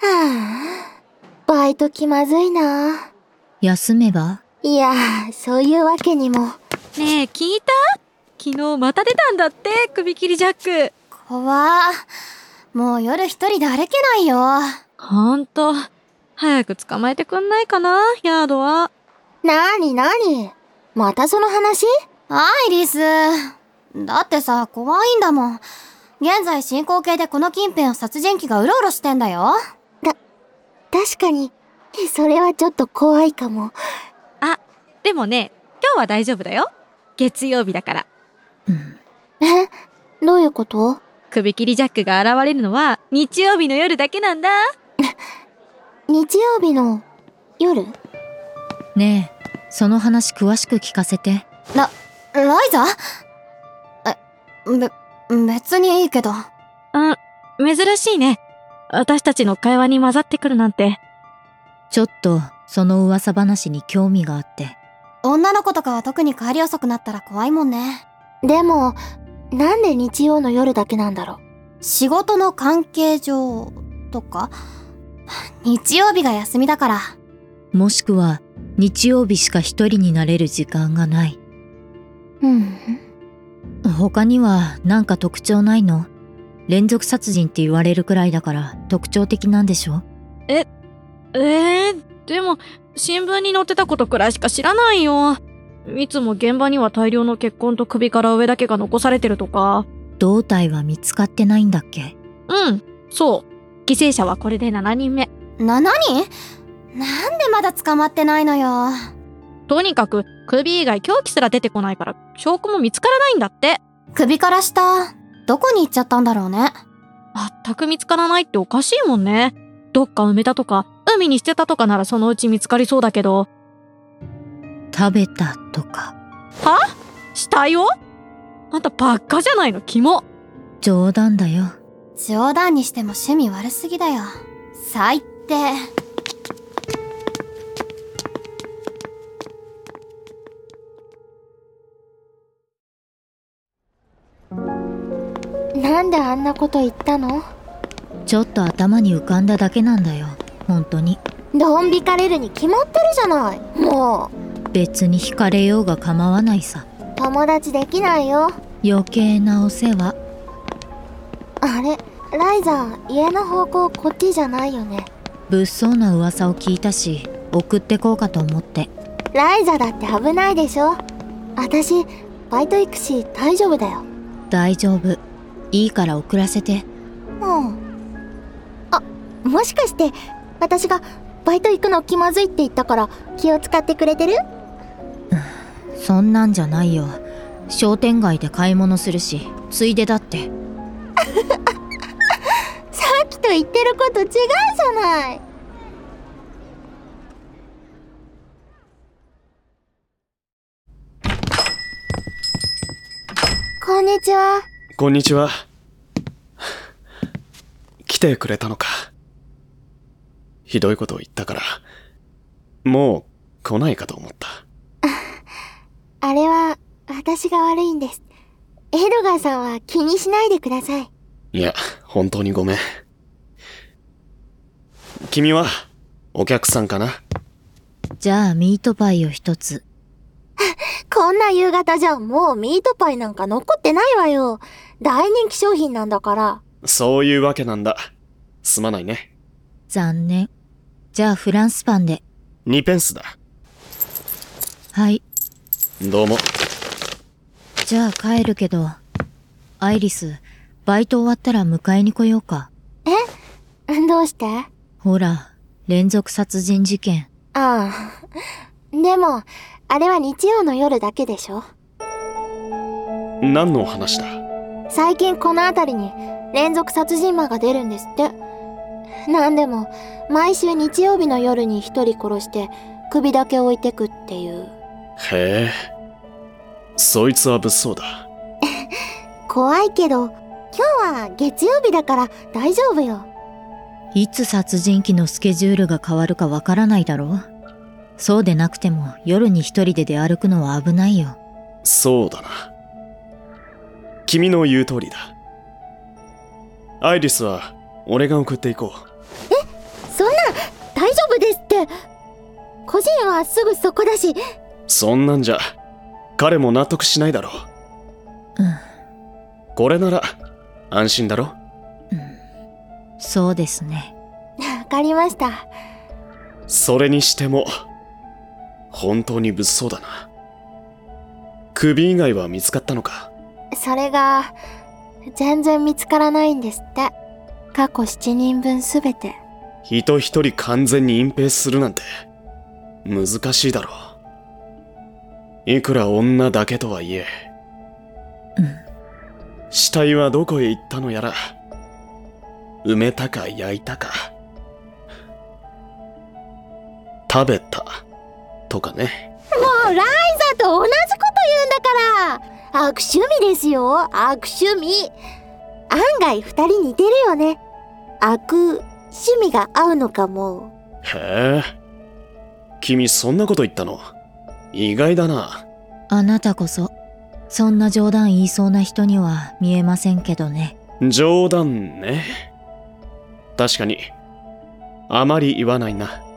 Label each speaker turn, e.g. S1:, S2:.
S1: はあ、バイト気まずいな。
S2: 休めば
S1: いや、そういうわけにも。
S3: ねえ、聞いた昨日また出たんだって、首切りジャック。
S4: 怖もう夜一人で歩けないよ。
S3: ほんと。早く捕まえてくんないかな、ヤードは。
S1: なになにまたその話
S4: アイリス。だってさ、怖いんだもん。現在進行形でこの近辺を殺人鬼がうろうろしてんだよ。
S1: た、確かに、それはちょっと怖いかも。
S3: あ、でもね、今日は大丈夫だよ。月曜日だから。
S2: うん。
S1: え、どういうこと
S3: 首切りジャックが現れるのは日曜日の夜だけなんだ。
S1: 日曜日の夜
S2: ねえ、その話詳しく聞かせて。
S4: ラ、ライザえ、べ、別にいいけど。
S3: うん、珍しいね。私たちの会話に混ざってくるなんて。
S2: ちょっと、その噂話に興味があって。
S4: 女の子とかは特に帰り遅くなったら怖いもんね。
S1: でも、なんで日曜の夜だけなんだろ
S4: う。仕事の関係上、とか日曜日が休みだから。
S2: もしくは、日曜日しか一人になれる時間がない。
S1: うん。
S2: 他には何か特徴ないの連続殺人って言われるくらいだから特徴的なんでしょ
S3: え、えー、でも、新聞に載ってたことくらいしか知らないよ。いつも現場には大量の血痕と首から上だけが残されてるとか。
S2: 胴体は見つかってないんだっけ
S3: うん、そう。犠牲者はこれで7人目。
S4: 7人なんでまだ捕まってないのよ。
S3: とにかく、首以外凶器すら出てこないから、証拠も見つからないんだって。
S4: 首から下、どこに行っちゃったんだろうね。
S3: 全く見つからないっておかしいもんね。どっか埋めたとか、海に捨てたとかならそのうち見つかりそうだけど。
S2: 食べたとか。
S3: は死体をあんたばっかじゃないの、肝。
S2: 冗談だよ。
S4: 冗談にしても趣味悪すぎだよ。最低。
S1: なんであんなこと言ったの
S2: ちょっと頭に浮かんだだけなんだよ本当に
S1: ドン引かれるに決まってるじゃないも
S2: う別に惹かれようが構わないさ
S1: 友達できないよ
S2: 余計なお世話
S1: あれライザー家の方向こっちじゃないよね
S2: 物騒な噂を聞いたし送ってこうかと思って
S1: ライザーだって危ないでしょ私バイト行くし大丈夫だよ
S2: 大丈夫いいから送らせて
S1: うんあもしかして私がバイト行くの気まずいって言ったから気を使ってくれてる
S2: そんなんじゃないよ商店街で買い物するしついでだって
S1: さっきと言ってること違うじゃないこんにちは
S5: こんにちは来てくれたのかひどいことを言ったから、もう来ないかと思った。
S1: あれは私が悪いんです。エドガーさんは気にしないでください。
S5: いや、本当にごめん。君はお客さんかな
S2: じゃあミートパイを一つ。
S1: こんな夕方じゃもうミートパイなんか残ってないわよ。大人気商品なんだから。
S5: そういうわけなんだ。すまないね。
S2: 残念。じゃあフランスパンで。
S5: 2ペンスだ。
S2: はい。
S5: どうも。
S2: じゃあ帰るけど、アイリス、バイト終わったら迎えに来ようか。
S1: えどうして
S2: ほら、連続殺人事件。
S1: ああ。でも、あれは日曜の夜だけでしょ
S5: 何の話だ
S1: 最近この辺りに連続殺人魔が出るんですって。何でも、毎週日曜日の夜に一人殺して首だけ置いてくっていう。
S5: へえ。そいつは物騒だ。
S1: 怖いけど、今日は月曜日だから大丈夫よ。
S2: いつ殺人鬼のスケジュールが変わるかわからないだろうそうでなくても夜に一人で出歩くのは危ないよ。
S5: そうだな。君の言う通りだ。アイリスは俺が送っていこう。
S1: えそんな大丈夫ですって個人はすぐそこだし
S5: そんなんじゃ、彼も納得しないだろ
S2: うん
S5: う。これなら、安心だろ
S2: そうですね
S1: わかりました
S5: それにしても、本当に物騒だな。首以外は見つかったのか
S1: それが全然見つからないんですって過去7人分すべて
S5: 人一人完全に隠蔽するなんて、難しいだろう。いくら女だけとはいえ、
S2: うん
S5: 死体はどこへ行ったのやら、埋めたか焼いたか、食べた、とかね。
S1: もうライザと同じこと言うんだから悪趣味ですよ悪趣味案外二人似てるよね悪趣味が合うのかも
S5: へえ。君そんなこと言ったの意外だな。
S2: あなたこそそんな冗談言いそうな人には見えませんけどね
S5: 冗談ね。確かに、あまり言わないな。